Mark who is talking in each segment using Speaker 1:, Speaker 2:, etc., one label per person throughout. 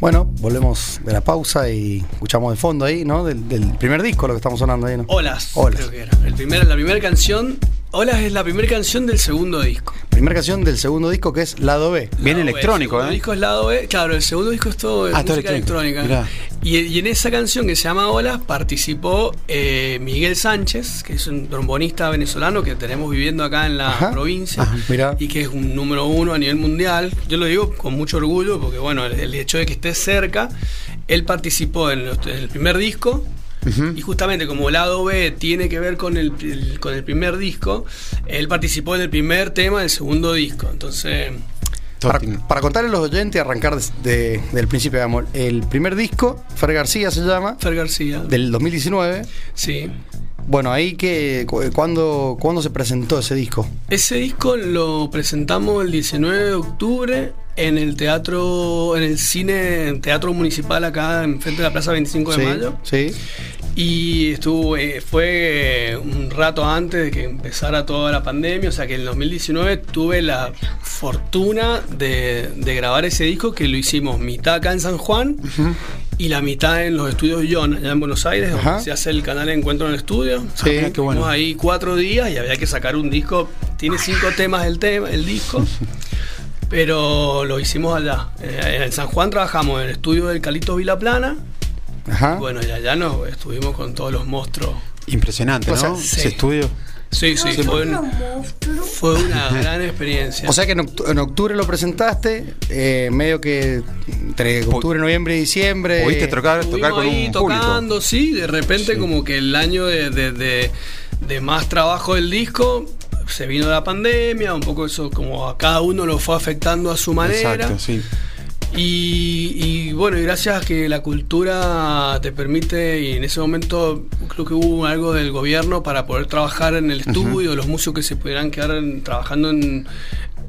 Speaker 1: Bueno, volvemos de la pausa y escuchamos de fondo ahí, ¿no? Del, del primer disco, lo que estamos sonando ahí, ¿no?
Speaker 2: Olas,
Speaker 1: Olas.
Speaker 2: creo que era. El primer- la primera canción. Olas es la primera canción del segundo disco.
Speaker 1: Primera canción del segundo disco que es Lado B.
Speaker 3: Bien
Speaker 2: Lado B,
Speaker 3: electrónico,
Speaker 2: El segundo
Speaker 3: ¿eh?
Speaker 2: disco es lado B. Claro, el segundo disco es todo
Speaker 3: Ah,
Speaker 2: música
Speaker 3: todo electrónico,
Speaker 2: electrónica. Y, y en esa canción que se llama Olas participó eh, Miguel Sánchez, que es un trombonista venezolano que tenemos viviendo acá en la
Speaker 1: Ajá.
Speaker 2: provincia
Speaker 1: Ah, mirá.
Speaker 2: y que es un número uno a nivel mundial. Yo lo digo con mucho orgullo porque, bueno, el, el hecho de que esté cerca, él participó en, los- en el primer disco. Y justamente como lado B tiene que ver con el, el- con el primer disco, él participó en el primer tema del segundo disco. Entonces,
Speaker 1: Para, para contarle a los oyentes y arrancar de- de- del principio, digamos, el primer disco, Fer García se llama,
Speaker 2: Fer García.
Speaker 1: del 2019.
Speaker 2: Sí.
Speaker 1: Bueno, ahí que, cu- ¿cuándo, ¿cuándo se presentó ese disco?
Speaker 2: Ese disco lo presentamos el 19 de octubre en el teatro, en el cine, en teatro municipal acá enfrente de la Plaza 25 de
Speaker 1: sí,
Speaker 2: Mayo.
Speaker 1: sí.
Speaker 2: Y estuvo, eh, fue eh, un rato antes de que empezara toda la pandemia, o sea que en el 2019 tuve la fortuna de, de grabar ese disco que lo hicimos mitad acá en San Juan y la mitad en los estudios Ion, allá en Buenos Aires,
Speaker 1: Ajá.
Speaker 2: donde se hace el canal Encuentro en el Estudio.
Speaker 1: Sí,
Speaker 2: Estuvimos
Speaker 3: qué bueno.
Speaker 2: ahí cuatro días y había que sacar un disco, tiene cinco temas el, tema, el disco. Pero lo hicimos allá. Eh, en San Juan trabajamos en el estudio del Calito Vilaplana,
Speaker 1: Ajá.
Speaker 3: Ah.
Speaker 2: bueno, ya ya nos estuvimos con todos los monstruos.
Speaker 3: Impresionante,
Speaker 1: O sea,
Speaker 3: ¿no?
Speaker 2: sí.
Speaker 3: Ese estudio.
Speaker 2: Sí, sí, fue, un-
Speaker 4: monstruos.
Speaker 2: fue una gran experiencia.
Speaker 1: o sea que en, oct- en octubre lo presentaste, eh, medio que entre octubre, noviembre y diciembre.
Speaker 3: Pudiste tocar,
Speaker 2: Estuvimos
Speaker 3: tocar con
Speaker 2: ahí
Speaker 3: un
Speaker 2: tocando,
Speaker 3: público.
Speaker 2: sí, de repente
Speaker 3: Sí.
Speaker 2: como que el año de, de- de- de más trabajo del disco se vino la pandemia, un poco eso como a cada uno lo fue afectando a su manera.
Speaker 3: Exacto, sí.
Speaker 2: Y, y bueno, y gracias a que la cultura te permite, y en ese momento creo que hubo algo del gobierno para poder trabajar en el estudio, los músicos que se pudieran quedar en- trabajando en...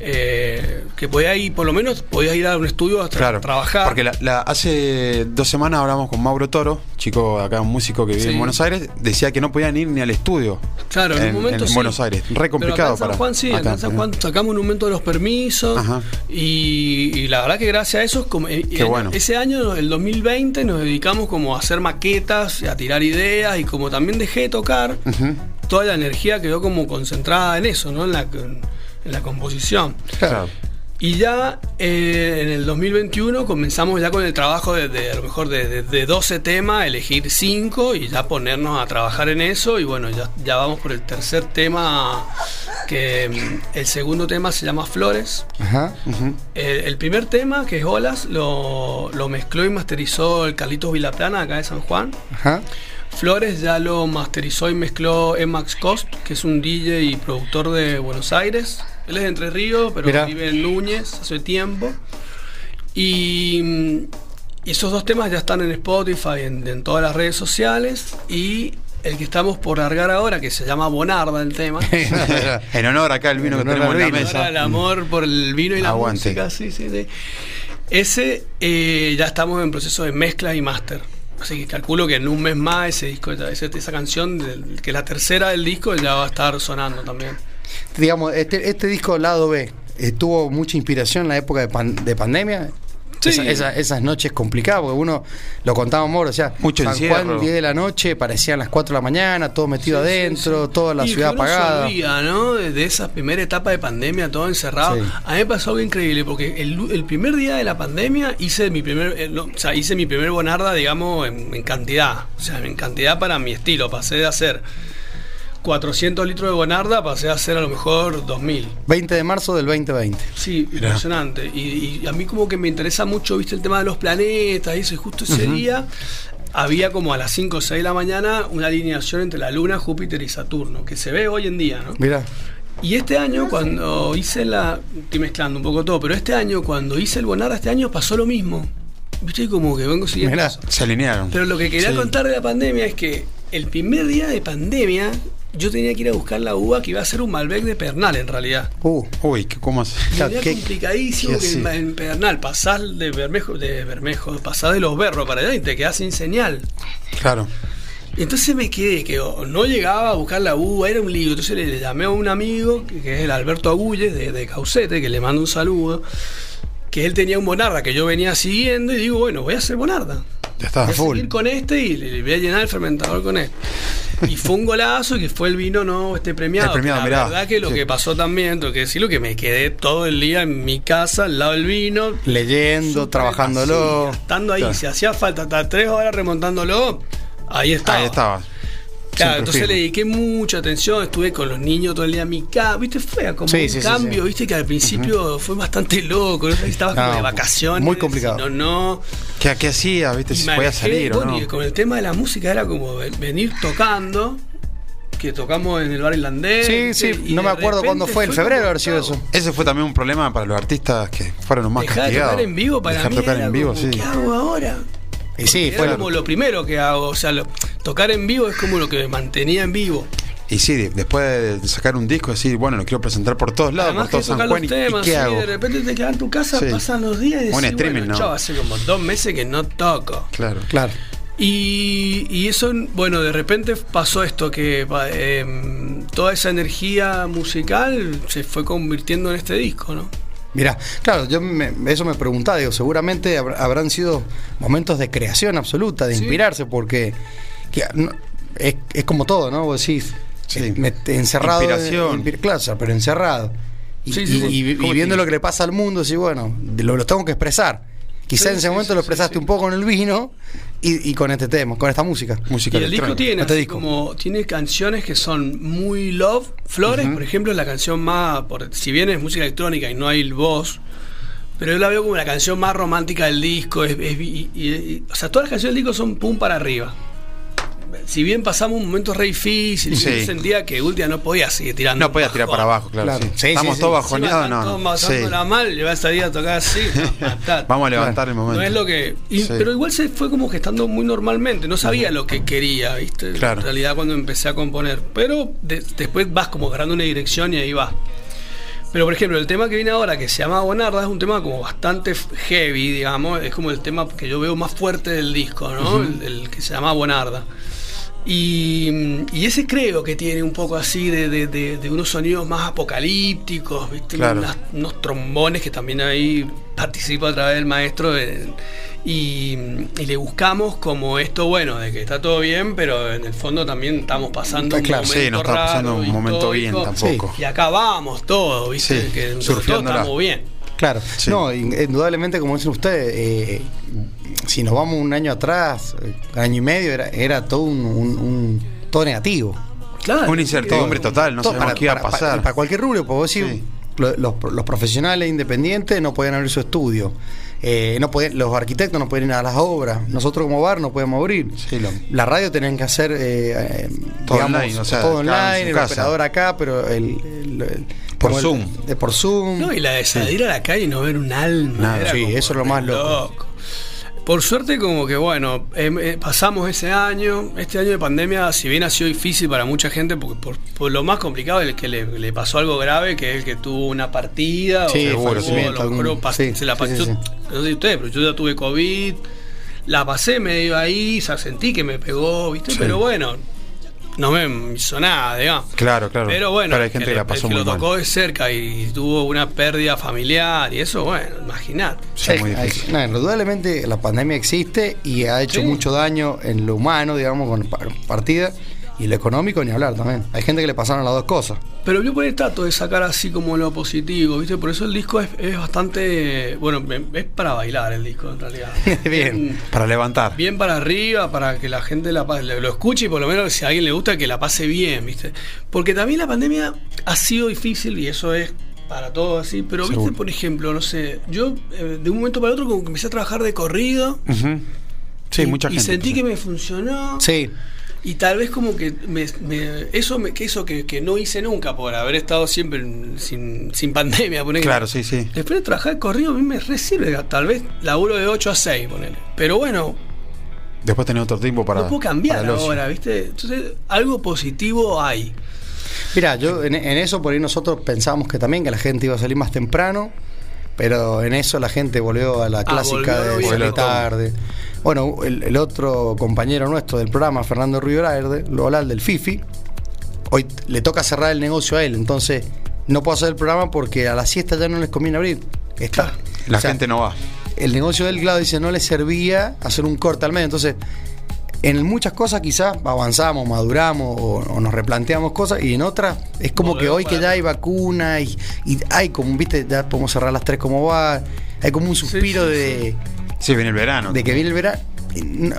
Speaker 2: eh, que podía ir, por lo menos podías ir a un estudio a tra-
Speaker 3: Claro,
Speaker 2: trabajar.
Speaker 3: Porque la- la- hace dos semanas hablamos con Mauro Toro, chico acá, un músico que vive
Speaker 2: Sí.
Speaker 3: en Buenos Aires, decía que no podían ir ni al estudio.
Speaker 2: Claro, en,
Speaker 3: en-
Speaker 2: un momento
Speaker 3: en
Speaker 2: sí.
Speaker 3: Buenos Aires. Re
Speaker 2: Pero acá
Speaker 3: complicado
Speaker 2: en San
Speaker 3: para-
Speaker 2: Juan sí, acá
Speaker 3: acá,
Speaker 2: en San
Speaker 3: ¿no?
Speaker 2: Juan sacamos un momento de los permisos
Speaker 3: Ajá.
Speaker 2: y, y la verdad que gracias a eso es como- eh,
Speaker 3: Qué
Speaker 2: eh,
Speaker 3: bueno.
Speaker 2: ese año el 2020 nos dedicamos como a hacer maquetas, a tirar ideas y como también dejé de tocar,
Speaker 3: Ujú.
Speaker 2: toda la energía quedó como concentrada en eso, ¿no? En la en la composición.
Speaker 3: Claro.
Speaker 2: Y ya eh, en el 2021 comenzamos ya con el trabajo de, de, a lo mejor de, de- de 12 temas, elegir 5 y ya ponernos a trabajar en eso. Y bueno, ya, ya vamos por el tercer tema, que mm, el segundo tema se llama Flores.
Speaker 1: Ajá.
Speaker 3: Ujú.
Speaker 2: El, el primer tema, que es Olas, lo, lo mezcló y masterizó el Carlitos Vilaplana acá de San Juan.
Speaker 1: Ajá.
Speaker 2: Flores ya lo masterizó y mezcló Emax Cost, que es un DJ y productor de Buenos Aires. Él es de Entre Ríos, pero
Speaker 1: Mirá.
Speaker 2: vive en Núñez hace tiempo. Y, mm, y esos dos temas ya están en Spotify, en, en todas las redes sociales. Y el que estamos por largar ahora, que se llama Bonarda el tema.
Speaker 3: en honor acá el vino
Speaker 1: En
Speaker 3: que
Speaker 1: honor al
Speaker 3: tenemos en la
Speaker 1: vino.
Speaker 3: mesa.
Speaker 2: Ahora el amor por el vino y la
Speaker 3: Aguante.
Speaker 2: música, sí, sí, sí. Ese eh, ya estamos en proceso de mezcla y máster. Así que calculo que en un mes más ese disco, ya- ese- esa canción, del- que la tercera del disco ya va a estar sonando también.
Speaker 1: Digamos, este, este disco Lado B, eh, ¿tuvo mucha inspiración en la época de, pan- de pandemia?
Speaker 2: Sí.
Speaker 1: Esa- esa- esas noches complicadas, porque uno lo contaba Moro, o sea,
Speaker 3: Mucho
Speaker 1: San Juan,
Speaker 3: encierro.
Speaker 1: 10 de la noche, parecían las 4 de la mañana, todo metido adentro, toda la
Speaker 2: Y que
Speaker 1: ciudad
Speaker 2: uno se
Speaker 1: apagada.
Speaker 2: olvida, ¿no? De esa primera etapa de pandemia, todo encerrado.
Speaker 1: Sí.
Speaker 2: A mí me pasó algo increíble, porque el, lu- el primer día de la pandemia hice mi primer, eh, no, o sea, hice mi primer Bonarda, digamos, en, en cantidad. O sea, en cantidad para mi estilo. Pasé de hacer 400 litros de Bonarda, pasé a hacer a lo mejor 2000.
Speaker 1: 20 de marzo del 2020.
Speaker 2: Sí, impresionante. Y, y a mí como que me interesa mucho, viste, el tema de los planetas y eso. Y justo ese día había como a las 5 o 6 de la mañana una alineación entre la Luna, Júpiter y Saturno, que se ve hoy en día, ¿no?
Speaker 1: Mirá,
Speaker 2: Y este año cuando hice la... Estoy mezclando un poco todo, pero este año cuando hice el Bonarda, este año pasó lo mismo. Viste, como que vengo siguiendo
Speaker 1: Mirá.
Speaker 2: eso.
Speaker 3: Se alinearon.
Speaker 2: Pero lo que quería
Speaker 3: Sí.
Speaker 2: contar de la pandemia es que el primer día de pandemia yo tenía que ir a buscar la uva que iba a ser un Malbec de Pernal en realidad.
Speaker 3: Uh, uy, ¿qué- ¿cómo hace?
Speaker 2: Y
Speaker 1: Claro,
Speaker 2: era
Speaker 1: qué-
Speaker 2: complicadísimo
Speaker 3: qué
Speaker 2: que en,
Speaker 3: así.
Speaker 2: en Pernal pasás de Bermejo, de Bermejo, pasás de los berros para allá y te quedás sin señal.
Speaker 3: Claro.
Speaker 2: Y Entonces me quedé, que o no llegaba a buscar la uva, era un lío. Entonces le, le llamé a un amigo, que, que es el Alberto Agulle, de, de Caucete, que le mando un saludo, que él tenía un Bonarda que yo venía siguiendo y digo, bueno, voy a hacer Bonarda.
Speaker 3: Ya está.
Speaker 2: Voy a
Speaker 3: full.
Speaker 2: seguir con este y le, le voy a llenar el fermentador con este. Y fue un golazo que fue el vino no este premiado.
Speaker 3: El premiado,
Speaker 2: la
Speaker 3: mirá.
Speaker 2: verdad que lo
Speaker 3: Sí.
Speaker 2: que pasó también, tengo que decirlo, que me quedé todo el día en mi casa al lado del vino,
Speaker 1: Leyendo, trabajándolo.
Speaker 2: estando ahí,
Speaker 3: Claro.
Speaker 2: si hacía falta hasta tres horas remontándolo, ahí estaba.
Speaker 3: Ahí estaba.
Speaker 2: Claro,
Speaker 3: Siempre
Speaker 2: entonces
Speaker 3: firme.
Speaker 2: le dediqué mucha atención, estuve con los niños todo el día en mi casa, viste, fue como
Speaker 1: Sí,
Speaker 2: un
Speaker 1: sí, sí,
Speaker 2: cambio,
Speaker 1: sí.
Speaker 2: viste que al principio fue bastante loco, ¿no? estabas
Speaker 1: No,
Speaker 2: como de vacaciones,
Speaker 1: muy complicado.
Speaker 2: si No, no,
Speaker 3: ¿Qué, qué hacía? ¿Viste?
Speaker 2: Y
Speaker 3: Si podía
Speaker 2: manejé,
Speaker 3: salir o
Speaker 2: bueno,
Speaker 3: no.
Speaker 2: y con el tema de la música era como ven- venir tocando, que tocamos en el bar irlandés.
Speaker 1: Sí, sí,
Speaker 2: ¿viste? Y
Speaker 1: no me
Speaker 2: de
Speaker 1: acuerdo cuándo
Speaker 2: repente
Speaker 1: fue, en
Speaker 2: como,
Speaker 1: febrero haber sido
Speaker 2: chau,
Speaker 1: eso.
Speaker 3: Ese fue también un problema para los artistas que fueron los más
Speaker 2: Dejar de
Speaker 3: castigados.
Speaker 2: tocar en vivo para
Speaker 3: Dejar
Speaker 2: mí
Speaker 3: tocar
Speaker 2: era
Speaker 3: en vivo,
Speaker 2: como, ah.
Speaker 3: sí.
Speaker 2: ¿qué hago ahora?
Speaker 1: Y sí,
Speaker 2: Era
Speaker 1: fue
Speaker 2: como lo primero que hago, o sea, lo- tocar en vivo es como lo que me mantenía en vivo.
Speaker 3: Y sí, de- después de sacar un disco, decir, bueno, lo quiero presentar por todos lados,
Speaker 2: Además
Speaker 3: por
Speaker 2: que
Speaker 3: todo San
Speaker 2: tocar
Speaker 3: Juan.
Speaker 2: los
Speaker 3: ¿Y,
Speaker 2: temas,
Speaker 3: y qué
Speaker 2: sí,
Speaker 3: hago?
Speaker 2: de repente te quedas en tu casa,
Speaker 3: Sí.
Speaker 2: pasan los días y
Speaker 3: Un
Speaker 2: decís,
Speaker 3: streaming,
Speaker 2: bueno,
Speaker 3: ¿no?
Speaker 2: chau, hace como dos meses que no toco.
Speaker 3: Claro.
Speaker 1: Claro.
Speaker 2: Y, y eso, bueno, de repente pasó esto, que va, em, toda esa energía musical se fue convirtiendo en este disco, ¿no?
Speaker 1: Mirá, claro, yo me- eso me preguntaba, digo, seguramente habr- habrán sido momentos de creación absoluta, de
Speaker 2: Sí.
Speaker 1: inspirarse, porque que, no, es, es como todo, ¿no? Vos decís,
Speaker 3: Sí.
Speaker 1: eh, me- te- encerrado.
Speaker 3: Inspiración.
Speaker 1: en- claro, o sea, pero encerrado. Y,
Speaker 2: Sí, sí,
Speaker 1: y-
Speaker 2: sí.
Speaker 1: y- y
Speaker 3: ¿Cómo
Speaker 1: viendo
Speaker 3: te-
Speaker 1: lo que le pasa al mundo, decís, bueno, de- lo, lo tengo que expresar. Quizá
Speaker 2: Sí,
Speaker 1: en ese
Speaker 2: sí,
Speaker 1: momento
Speaker 2: sí,
Speaker 1: lo
Speaker 2: sí,
Speaker 1: expresaste
Speaker 2: sí.
Speaker 1: un poco en el vino y, y con este tema, con esta música.
Speaker 3: Música
Speaker 2: y el disco
Speaker 3: electrónica.
Speaker 2: tiene
Speaker 1: Este
Speaker 2: así
Speaker 1: disco.
Speaker 2: como tiene canciones que son muy love flores por ejemplo es la canción más por, si bien es música electrónica y no hay voz pero yo la veo como la canción más romántica del disco es- es- y- y- y- o sea todas las canciones del disco son pum para arriba si bien pasamos momentos re difíciles
Speaker 3: Sí.
Speaker 2: yo sentía que Ultia no podía seguir tirando
Speaker 3: No podías tirar para abajo, claro.
Speaker 1: Claro.
Speaker 3: sí.
Speaker 1: Sí,
Speaker 3: Estamos
Speaker 1: sí,
Speaker 3: todos
Speaker 1: sí.
Speaker 3: bajoneados, Oh, no. no. Sí.
Speaker 2: la mal le va a salir a tocar así no, matate.
Speaker 3: Vamos a levantar el momento.
Speaker 2: No es lo que. y-
Speaker 3: Sí.
Speaker 2: Pero igual se fue como gestando muy normalmente. No sabía lo que quería, ¿viste?
Speaker 3: Claro.
Speaker 2: En realidad, cuando empecé a componer. Pero de- después vas como agarrando una dirección y ahí vas. Pero, por ejemplo, el tema que viene ahora, que se llama Bonarda, es un tema como bastante f- heavy, digamos. Es como el tema que yo veo más fuerte del disco, ¿no? el, el que se llama Bonarda. Y, y ese creo que tiene un poco así de, de- de- de unos sonidos más apocalípticos, ¿viste?
Speaker 3: Claro.
Speaker 2: Unas- unos trombones que también ahí participa a través del maestro. de- y, y le buscamos como esto, bueno, de que está todo bien, pero en el fondo también estamos pasando
Speaker 1: Está claro,
Speaker 2: un momento
Speaker 3: Ah, Sí, no estaba
Speaker 2: raro,
Speaker 3: pasando un momento bien
Speaker 2: histórico.
Speaker 3: tampoco.
Speaker 2: Y acá vamos todos, ¿viste?
Speaker 3: Sí,
Speaker 2: que nosotros
Speaker 3: surfeándola.
Speaker 2: estamos bien.
Speaker 1: Claro,
Speaker 3: Sí.
Speaker 1: no, in- indudablemente, como dicen ustedes, eh, si nos vamos un año atrás, eh, año y medio, era, era todo un, un- un- todo negativo.
Speaker 2: Claro.
Speaker 3: Una incertidumbre total, no
Speaker 1: Todo
Speaker 3: sabemos qué iba a
Speaker 1: para- para-
Speaker 3: pasar.
Speaker 1: para cualquier rubro, porque vos decís,
Speaker 3: Sí.
Speaker 1: lo- los, los profesionales independientes no podían abrir su estudio. eh, no podían- los arquitectos no podían ir a las obras. Nosotros como bar no podíamos abrir.
Speaker 3: Sí, lo-
Speaker 1: La radio tenían que hacer eh, eh,
Speaker 3: Todo online, o sea,
Speaker 1: todo
Speaker 3: cada uno en
Speaker 1: online,
Speaker 3: su
Speaker 1: el
Speaker 3: casa.
Speaker 1: operador acá, pero el, el- el-
Speaker 3: Por
Speaker 1: como el-
Speaker 3: Zoom.
Speaker 1: eh, por Zoom.
Speaker 2: No, y la de salir a la calle y no ver un alma.
Speaker 3: Nada,
Speaker 2: era
Speaker 1: sí,
Speaker 2: como
Speaker 1: eso es lo más loco.
Speaker 2: Por suerte, como que bueno, em, eh, pasamos ese año. Este año de pandemia, si bien ha sido difícil para mucha gente, porque por, por lo más complicado es el que le, le pasó algo grave, que es el que tuvo una partida.
Speaker 1: Sí,
Speaker 2: o
Speaker 3: seguro,
Speaker 2: o
Speaker 3: sí,
Speaker 2: a lo
Speaker 1: algún-
Speaker 2: mejor pas-
Speaker 1: sí,
Speaker 2: se la
Speaker 1: sí, sí,
Speaker 2: pasó.
Speaker 1: sí.
Speaker 2: No sé si ustedes, pero yo ya tuve COVID. La pasé medio ahí, o sea, sentí que me pegó, ¿viste?
Speaker 3: Sí.
Speaker 2: Pero bueno, no me hizo nada, digamos.
Speaker 3: Claro, claro.
Speaker 2: Pero bueno,
Speaker 3: hay gente que,
Speaker 2: el-
Speaker 3: la pasó
Speaker 2: el que lo
Speaker 3: muy mal.
Speaker 2: tocó de cerca y tuvo una pérdida familiar y eso, bueno, imagínate.
Speaker 3: Sí,
Speaker 1: Sí,
Speaker 3: muy
Speaker 1: hay-
Speaker 3: difícil.
Speaker 1: no, indudablemente la pandemia existe y ha hecho
Speaker 2: Sí.
Speaker 1: mucho daño en lo humano, digamos, con pa- partida y lo económico ni hablar también. Hay gente que le pasaron las dos cosas.
Speaker 2: Pero yo por ahí trato de sacar así como lo positivo, ¿viste? Por eso el disco es, es bastante. Bueno, me- es para bailar el disco en realidad.
Speaker 1: Bien.
Speaker 3: Para levantar.
Speaker 2: Bien para arriba, para que la gente la pa- lo escuche y por lo menos si a alguien le gusta que la pase bien, ¿viste? Porque también la pandemia ha sido difícil y eso es para todos así, pero ¿viste?
Speaker 3: Seguro.
Speaker 2: Por ejemplo, no sé, yo eh, de un momento para otro como que empecé a trabajar de corrido.
Speaker 3: Ujú. Sí,
Speaker 2: y,
Speaker 3: mucha
Speaker 2: y
Speaker 3: gente.
Speaker 2: sentí
Speaker 3: sí.
Speaker 2: que me funcionó.
Speaker 1: Sí,
Speaker 2: Y tal vez como que me, me- eso me, que eso que, que no hice nunca por haber estado siempre en- sin, sin pandemia, ponele.
Speaker 3: Claro, sí, sí.
Speaker 2: Después de trabajar corrido a mí me re sirve, tal vez laburo de 8 a 6, ponele. Pero bueno,
Speaker 3: Después tenés otro tiempo para.
Speaker 2: no puedo cambiar
Speaker 3: para el ocio.
Speaker 2: ahora, ¿viste? Entonces, algo positivo hay.
Speaker 1: Mira, yo en, en eso por ahí nosotros pensábamos que también que la gente iba a salir más temprano, pero en eso la gente volvió a la clásica
Speaker 2: Ah, volvió
Speaker 1: de
Speaker 2: bien.
Speaker 1: salir tarde. Bueno, el, el otro compañero nuestro del programa, Fernando Riveraerde, lo habla del Fifi. Hoy t- le toca cerrar el negocio a él, entonces no puedo hacer el programa porque a la siesta ya no les conviene abrir. Está.
Speaker 3: La
Speaker 1: o sea,
Speaker 3: gente no va.
Speaker 1: el negocio del Claudio dice no le servía hacer un corte al medio. Entonces, en muchas cosas quizás avanzamos, maduramos o, o nos replanteamos cosas y en otras es como que
Speaker 2: Volvemos
Speaker 1: hoy que
Speaker 2: para
Speaker 1: ya hay vacuna y, y hay como, viste, ya podemos cerrar las tres como va, hay como un suspiro
Speaker 2: sí,
Speaker 1: de,
Speaker 3: Sí, viene el verano.
Speaker 1: de que viene el verano.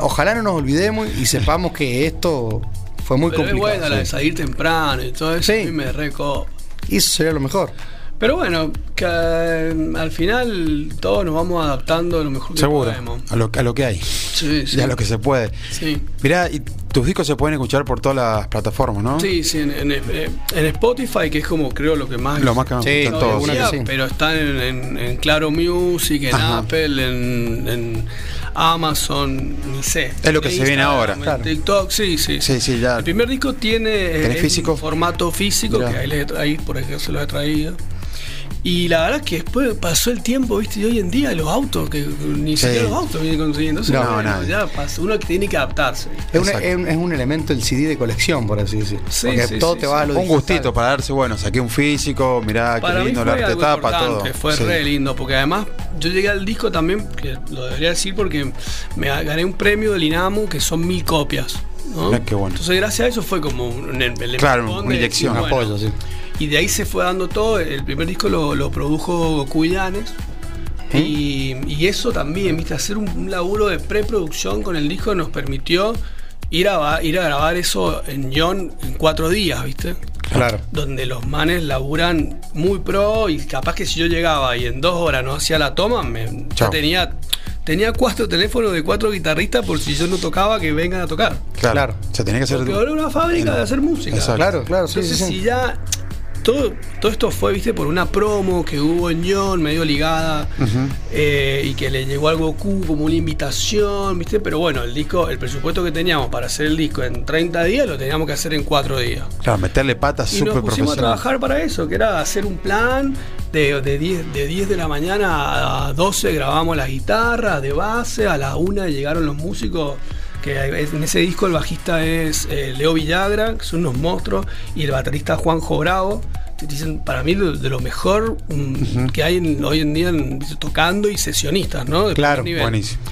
Speaker 1: Ojalá no nos olvidemos y sepamos que esto fue muy
Speaker 2: Pero es
Speaker 1: complicado.
Speaker 2: buena la de
Speaker 1: sí.
Speaker 2: salir temprano y todo eso.
Speaker 1: Sí.
Speaker 2: A mí me reco.
Speaker 1: Y eso sería lo mejor.
Speaker 2: Pero bueno, que, eh, al final todos nos vamos adaptando lo mejor que
Speaker 3: Seguro.
Speaker 2: podemos.
Speaker 3: A lo, a lo que hay.
Speaker 2: Sí, sí.
Speaker 3: Y a lo que se puede.
Speaker 2: Sí.
Speaker 3: Mirá, y tus discos se pueden escuchar por todas las plataformas, ¿no?
Speaker 2: Sí, sí, en, en- en- en Spotify, que es como creo lo que más.
Speaker 3: Lo más que me
Speaker 1: Sí,
Speaker 3: gustan
Speaker 1: no,
Speaker 2: No,
Speaker 3: todos.
Speaker 1: alguna
Speaker 2: decía,
Speaker 1: que sí.
Speaker 2: Pero están en, en- en Claro Music, en
Speaker 3: Ajá.
Speaker 2: Apple, en, en Amazon, ni sé.
Speaker 3: Es lo que se viene
Speaker 2: Instagram,
Speaker 3: ahora.
Speaker 2: en
Speaker 1: Claro.
Speaker 2: TikTok, sí, sí.
Speaker 3: Sí, sí, ya.
Speaker 2: El primer disco tiene eh,
Speaker 3: ¿Tenés
Speaker 2: en
Speaker 3: físico?
Speaker 2: formato físico,
Speaker 3: Mirá.
Speaker 2: que ahí, les he tra- ahí, por ejemplo se lo he traído. Y la verdad es que después pasó el tiempo, viste, y hoy en día los autos, que ni
Speaker 3: Sí.
Speaker 2: siquiera los autos vienen consiguiendo. Entonces,
Speaker 3: No,
Speaker 2: bueno,
Speaker 3: nadie.
Speaker 2: ya pasó. Uno que tiene que adaptarse.
Speaker 1: Es un,
Speaker 3: Exacto.
Speaker 1: es un- es un elemento el CD de colección, por así decirlo.
Speaker 2: Sí,
Speaker 1: Porque
Speaker 2: sí,
Speaker 1: todo
Speaker 2: sí,
Speaker 1: te va
Speaker 2: sí.
Speaker 1: a lo
Speaker 3: Un
Speaker 1: digital.
Speaker 3: gustito para darse, bueno, saqué un físico, mirá,
Speaker 2: Para
Speaker 3: qué
Speaker 2: mí
Speaker 3: lindo,
Speaker 2: fue
Speaker 3: la arte
Speaker 2: algo
Speaker 3: tapa, todo.
Speaker 2: importante, fue
Speaker 3: Sí.
Speaker 2: re lindo, porque además yo llegué al disco también, que lo debería decir porque me gané un premio del INAMU que son mil copias. ¿no?
Speaker 3: Mirá Ah, qué bueno.
Speaker 2: Entonces gracias a eso fue como un, el
Speaker 3: Claro,
Speaker 2: empujón
Speaker 3: una
Speaker 2: de
Speaker 3: inyección,
Speaker 2: decir,
Speaker 3: un
Speaker 2: bueno,
Speaker 1: Apoyo, sí.
Speaker 2: Y de ahí se fue dando todo. El primer disco lo, lo produjo Cuyanes.
Speaker 3: ¿Eh?
Speaker 2: Y, y eso también, viste, hacer un, un laburo de preproducción con el disco nos permitió ir a, ba- ir a grabar eso en John en cuatro días, viste.
Speaker 1: Claro.
Speaker 2: Donde los manes laburan muy pro y capaz que si yo llegaba y en dos horas no hacía la toma, me, ya
Speaker 3: Chao.
Speaker 2: tenía, tenía cuatro teléfonos de cuatro guitarristas por si yo no tocaba que vengan a tocar.
Speaker 3: Claro.
Speaker 1: Claro.
Speaker 3: Se tenía que hacer.
Speaker 2: Porque ahora es una fábrica de hacer música.
Speaker 3: Exacto.
Speaker 1: Claro, claro, sí,
Speaker 2: Entonces,
Speaker 1: sí, sí.
Speaker 2: si ya todo, todo esto fue, viste, por una promo que hubo en John, medio ligada,
Speaker 3: Ujú.
Speaker 2: eh, y que le llegó al Goku como una invitación, viste, pero bueno, el disco, el presupuesto que teníamos para hacer el disco en 30 días, lo teníamos que hacer en 4 días.
Speaker 3: Claro, meterle patas
Speaker 2: Y nos
Speaker 3: súper
Speaker 2: pusimos a
Speaker 3: profesional.
Speaker 2: trabajar para eso, que era hacer un plan de, de 10, de 10 de la mañana a 12 grabamos las guitarras de base, a la 1 llegaron los músicos, que en ese disco el bajista es eh, Leo Villagra, que son unos monstruos, y el baterista Juanjo Bravo. que Dicen, para mí lo- de lo mejor mm, que hay en- hoy en día en- tocando y sesionistas, ¿no? De
Speaker 1: Claro,
Speaker 2: primer nivel.
Speaker 3: Buenísimo.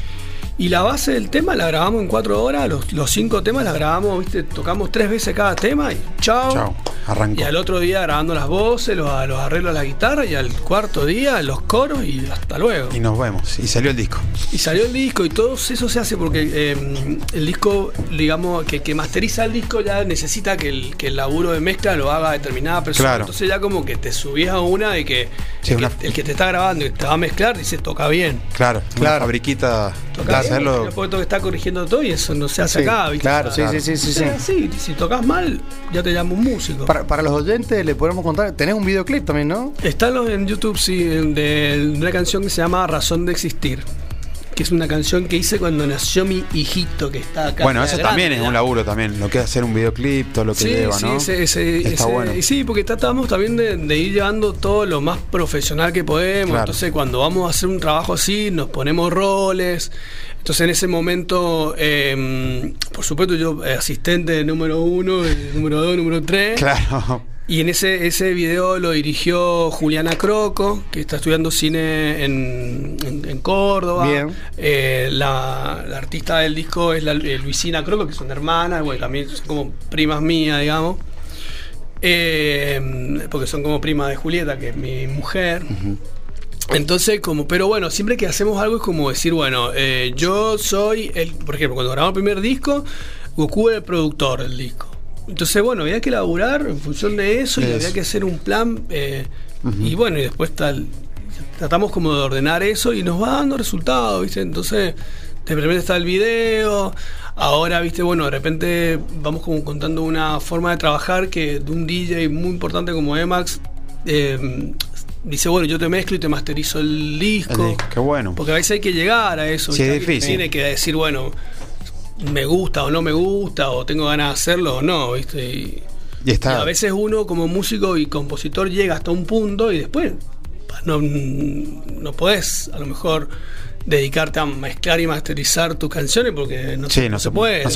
Speaker 2: Y la base del tema la grabamos en cuatro horas, los, los cinco temas la grabamos, viste, tocamos tres veces cada tema y
Speaker 3: Chao. Arrancó.
Speaker 2: y al otro día grabando las voces, los, los arreglos de la guitarra, y al cuarto día los coros y hasta luego.
Speaker 3: Y nos vemos. Y salió el disco.
Speaker 2: Y salió el disco y todo eso se hace porque eh, el disco, digamos, que, que masteriza el disco ya necesita que el, que el laburo de mezcla lo haga determinada persona.
Speaker 3: Claro.
Speaker 2: Entonces ya como que te subís a una de que,
Speaker 3: Sí,
Speaker 2: el,
Speaker 3: una-
Speaker 2: que el que te está grabando y te va a mezclar dice toca bien.
Speaker 3: Claro,
Speaker 1: Claro.
Speaker 3: Una fabriquita de
Speaker 2: Toca bien,
Speaker 3: hacerlo.
Speaker 2: porque todo está corrigiendo todo y eso no se hace
Speaker 1: Sí,
Speaker 2: acá, ¿viste?
Speaker 1: Claro, sí, sí,
Speaker 3: Claro.
Speaker 1: sí, sí, sí.
Speaker 2: Es así, si tocas mal, ya te llamo un músico.
Speaker 1: Para, para los oyentes le podemos contar, tenés un videoclip también, ¿no?
Speaker 2: Están los en YouTube, sí, de una canción que se llama Razón de Existir. Que es una canción que hice cuando nació mi hijito que está acá.
Speaker 3: Bueno,
Speaker 2: ya
Speaker 3: eso
Speaker 2: grande,
Speaker 3: también es
Speaker 2: ya.
Speaker 3: un laburo también, lo que es hacer un videoclip, todo lo que
Speaker 2: Sí,
Speaker 3: lleva,
Speaker 2: sí,
Speaker 3: ¿no?
Speaker 2: ese- ese-
Speaker 3: Está
Speaker 2: ese-
Speaker 3: bueno.
Speaker 2: y sí, porque tratamos también de, de ir llevando todo lo más profesional que podemos.
Speaker 3: Claro.
Speaker 2: Entonces, cuando vamos a hacer un trabajo así, nos ponemos roles. Entonces, en ese momento, eh, por supuesto, yo eh, asistente número uno, eh, número dos, número tres.
Speaker 3: Claro.
Speaker 2: Y en ese, ese video lo dirigió Juliana Croco, que está estudiando cine en, en- en Córdoba.
Speaker 1: Bien.
Speaker 2: Eh, la, la artista del disco es la, eh, Luisina Croco, que son hermanas, bueno, también son como primas mías, digamos. Eh, porque son como primas de Julieta, que es mi mujer. Entonces, como, pero bueno, siempre que hacemos algo es como decir, bueno, eh, yo soy el, por ejemplo, cuando grabamos el primer disco, Goku era el productor del disco. Entonces, bueno, había que laburar en función de eso y
Speaker 3: Eso.
Speaker 2: había que hacer un plan. eh, Y bueno, y después tal, tratamos como de ordenar eso y nos va dando resultados, ¿viste? Entonces, de repente está el video, ahora, ¿viste? Bueno, de repente vamos como contando una forma de trabajar que de un DJ muy importante como Emax eh, dice, bueno, yo te mezclo y te masterizo el
Speaker 3: El
Speaker 2: disco.
Speaker 3: disco, Qué bueno.
Speaker 2: Porque a veces hay que llegar a eso.
Speaker 3: Sí,
Speaker 2: ¿viste?
Speaker 3: es difícil.
Speaker 2: Tiene que decir, bueno, me gusta o no me gusta, o tengo ganas de hacerlo o no, ¿viste? Y,
Speaker 3: Y está.
Speaker 2: y a veces uno como músico y compositor llega hasta un punto y después pa, no, no podés a lo mejor dedicarte a mezclar y masterizar tus canciones porque no,
Speaker 3: Sí, no se- no se puede,
Speaker 2: o sea,
Speaker 3: no,
Speaker 2: es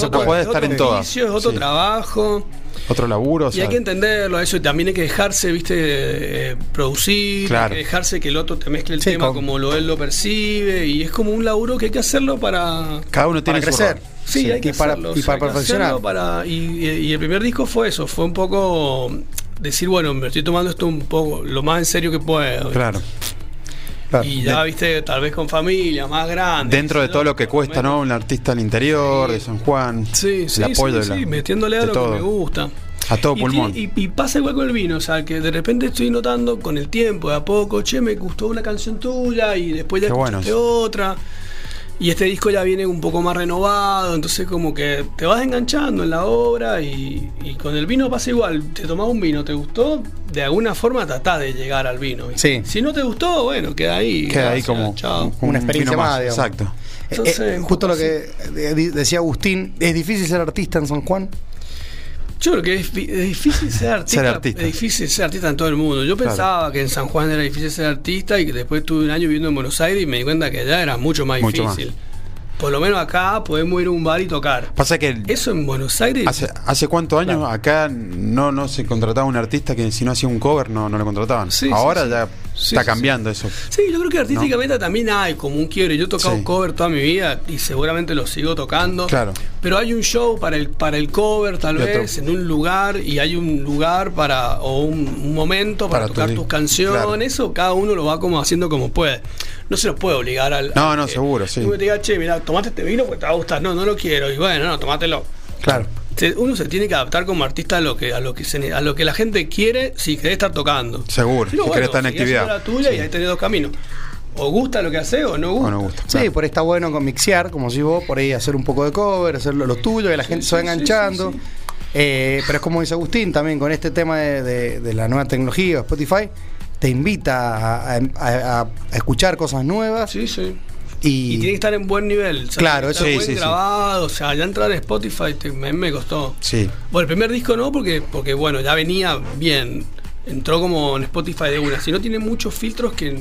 Speaker 3: se
Speaker 2: otro-
Speaker 3: puede
Speaker 2: es
Speaker 3: estar
Speaker 2: otro
Speaker 3: en todas.
Speaker 2: oficio, Es otro
Speaker 3: Sí.
Speaker 2: trabajo.
Speaker 3: Otro laburo. o
Speaker 2: Y
Speaker 3: sea,
Speaker 2: hay que entenderlo eso y también hay que dejarse, viste, eh, producir,
Speaker 3: Claro.
Speaker 2: hay que dejarse que el otro te mezcle el
Speaker 1: Sí,
Speaker 2: tema
Speaker 1: con-
Speaker 2: como lo él lo percibe y es como un laburo que hay que hacerlo para
Speaker 3: Cada uno tiene
Speaker 1: Para crecer.
Speaker 3: Su rol.
Speaker 2: Sí,
Speaker 1: Sí,
Speaker 2: hay que
Speaker 1: y para-
Speaker 2: hacerlo,
Speaker 1: y
Speaker 2: o sea,
Speaker 1: para
Speaker 2: hay que
Speaker 1: perfeccionar.
Speaker 2: hacerlo para- y, y- y el primer disco fue eso, fue un poco decir, bueno, me estoy tomando esto un poco lo más en serio que puedo.
Speaker 3: Claro.
Speaker 1: Claro. Eh,
Speaker 2: Y ya viste, tal vez con familia, más grande.
Speaker 3: Dentro de todo lo que cuesta, ¿no? Un artista al interior, de San Juan.
Speaker 2: Sí, sí,
Speaker 3: el apoyo
Speaker 2: sí,
Speaker 3: de la-
Speaker 2: sí, metiéndole a
Speaker 3: de
Speaker 2: lo
Speaker 3: todo.
Speaker 2: que me gusta.
Speaker 3: A todo
Speaker 2: Y
Speaker 3: pulmón.
Speaker 2: tiene- Y, y pasa igual con el vino, o sea, que de repente estoy notando con el tiempo, de a poco, che, me gustó una canción tuya y después ya
Speaker 3: Qué bueno
Speaker 2: escuchaste
Speaker 3: eso.
Speaker 2: otra. Y este disco ya viene un poco más renovado, entonces como que te vas enganchando en la obra y, y con el vino pasa igual. Te tomás un vino, te gustó, de alguna forma tratás de llegar al vino. Y
Speaker 1: Sí.
Speaker 2: Si no te gustó, bueno, queda ahí.
Speaker 3: Queda ahí
Speaker 2: gracias,
Speaker 3: como,
Speaker 2: chao.
Speaker 3: como
Speaker 1: Una experiencia
Speaker 3: vino
Speaker 1: más, digamos.
Speaker 3: Exacto.
Speaker 1: Eh, eh,
Speaker 2: Entonces,
Speaker 1: justo lo que eh, di- decía Agustín, ¿es difícil ser artista en San Juan?
Speaker 2: Yo creo que es, di- es difícil ser artista,
Speaker 3: Ser artista.
Speaker 2: Es difícil ser artista en todo el mundo. Yo
Speaker 3: Claro.
Speaker 2: pensaba que en San Juan era difícil ser artista y que después tuve un año viviendo en Buenos Aires y me di cuenta que allá era mucho más
Speaker 3: Mucho
Speaker 2: difícil. Por lo menos acá podemos ir a un bar y tocar.
Speaker 3: Pasa que
Speaker 2: Eso en Buenos Aires.
Speaker 3: hace, hace cuántos años acá no, no se contrataba un artista que si no hacía un cover no, no lo contrataban.
Speaker 2: Sí, sí,
Speaker 3: Ahora
Speaker 2: sí.
Speaker 3: ya
Speaker 2: Sí,
Speaker 3: está
Speaker 2: sí,
Speaker 3: cambiando eso.
Speaker 2: Sí, yo creo que artísticamente también hay como un quiebre. Yo he tocado
Speaker 3: Sí.
Speaker 2: cover toda mi vida y seguramente lo sigo tocando.
Speaker 3: Claro.
Speaker 2: Pero hay un show para el, para el cover, tal
Speaker 3: Y otro.
Speaker 2: vez, en un lugar, y hay un lugar para, o un, un momento para,
Speaker 3: Para tu
Speaker 2: tocar
Speaker 3: di-
Speaker 2: tus canciones.
Speaker 3: claro.
Speaker 2: Eso cada uno lo va como haciendo como puede. No se los puede obligar al.
Speaker 3: No,
Speaker 2: al
Speaker 3: no,
Speaker 2: que-
Speaker 3: seguro, sí.
Speaker 2: uno te diga, che, mira, tomate este vino porque te va a gustar. No, no lo quiero. Y bueno, no, tomátelo.
Speaker 1: Claro.
Speaker 2: Se- Uno se tiene que adaptar como artista a lo que a lo que se ne- a lo que la gente quiere si querés estar tocando.
Speaker 3: Seguro,
Speaker 2: Si no,
Speaker 3: si querés estar en
Speaker 2: seguí haciendo
Speaker 3: actividad.
Speaker 2: la tuya y ahí tenés dos caminos. O gusta lo que haces o no gusta.
Speaker 3: O no gusta.
Speaker 1: Sí,
Speaker 3: claro.
Speaker 1: por ahí está bueno con mixear, como si vos, por ahí hacer un poco de cover, hacer lo, lo tuyo, que la gente se va
Speaker 2: sí,
Speaker 1: enganchando.
Speaker 2: sí, sí.
Speaker 1: Eh, pero es como dice Agustín también, con este tema de, de- de la nueva tecnología, Spotify, te invita a, a- a- a escuchar cosas nuevas
Speaker 2: Ah, Sí, sí. Y,
Speaker 1: y,
Speaker 2: tiene que estar en buen nivel. o sea,
Speaker 1: Claro,
Speaker 2: tiene que
Speaker 3: sí,
Speaker 2: estar buen
Speaker 3: sí, sí.
Speaker 2: grabado, o sea, ya entrar a Spotify te- me, me costó.
Speaker 3: Sí.
Speaker 2: Bueno, el primer disco no, porque, porque bueno, ya venía bien. Entró como en Spotify de una. Si no tiene muchos filtros que,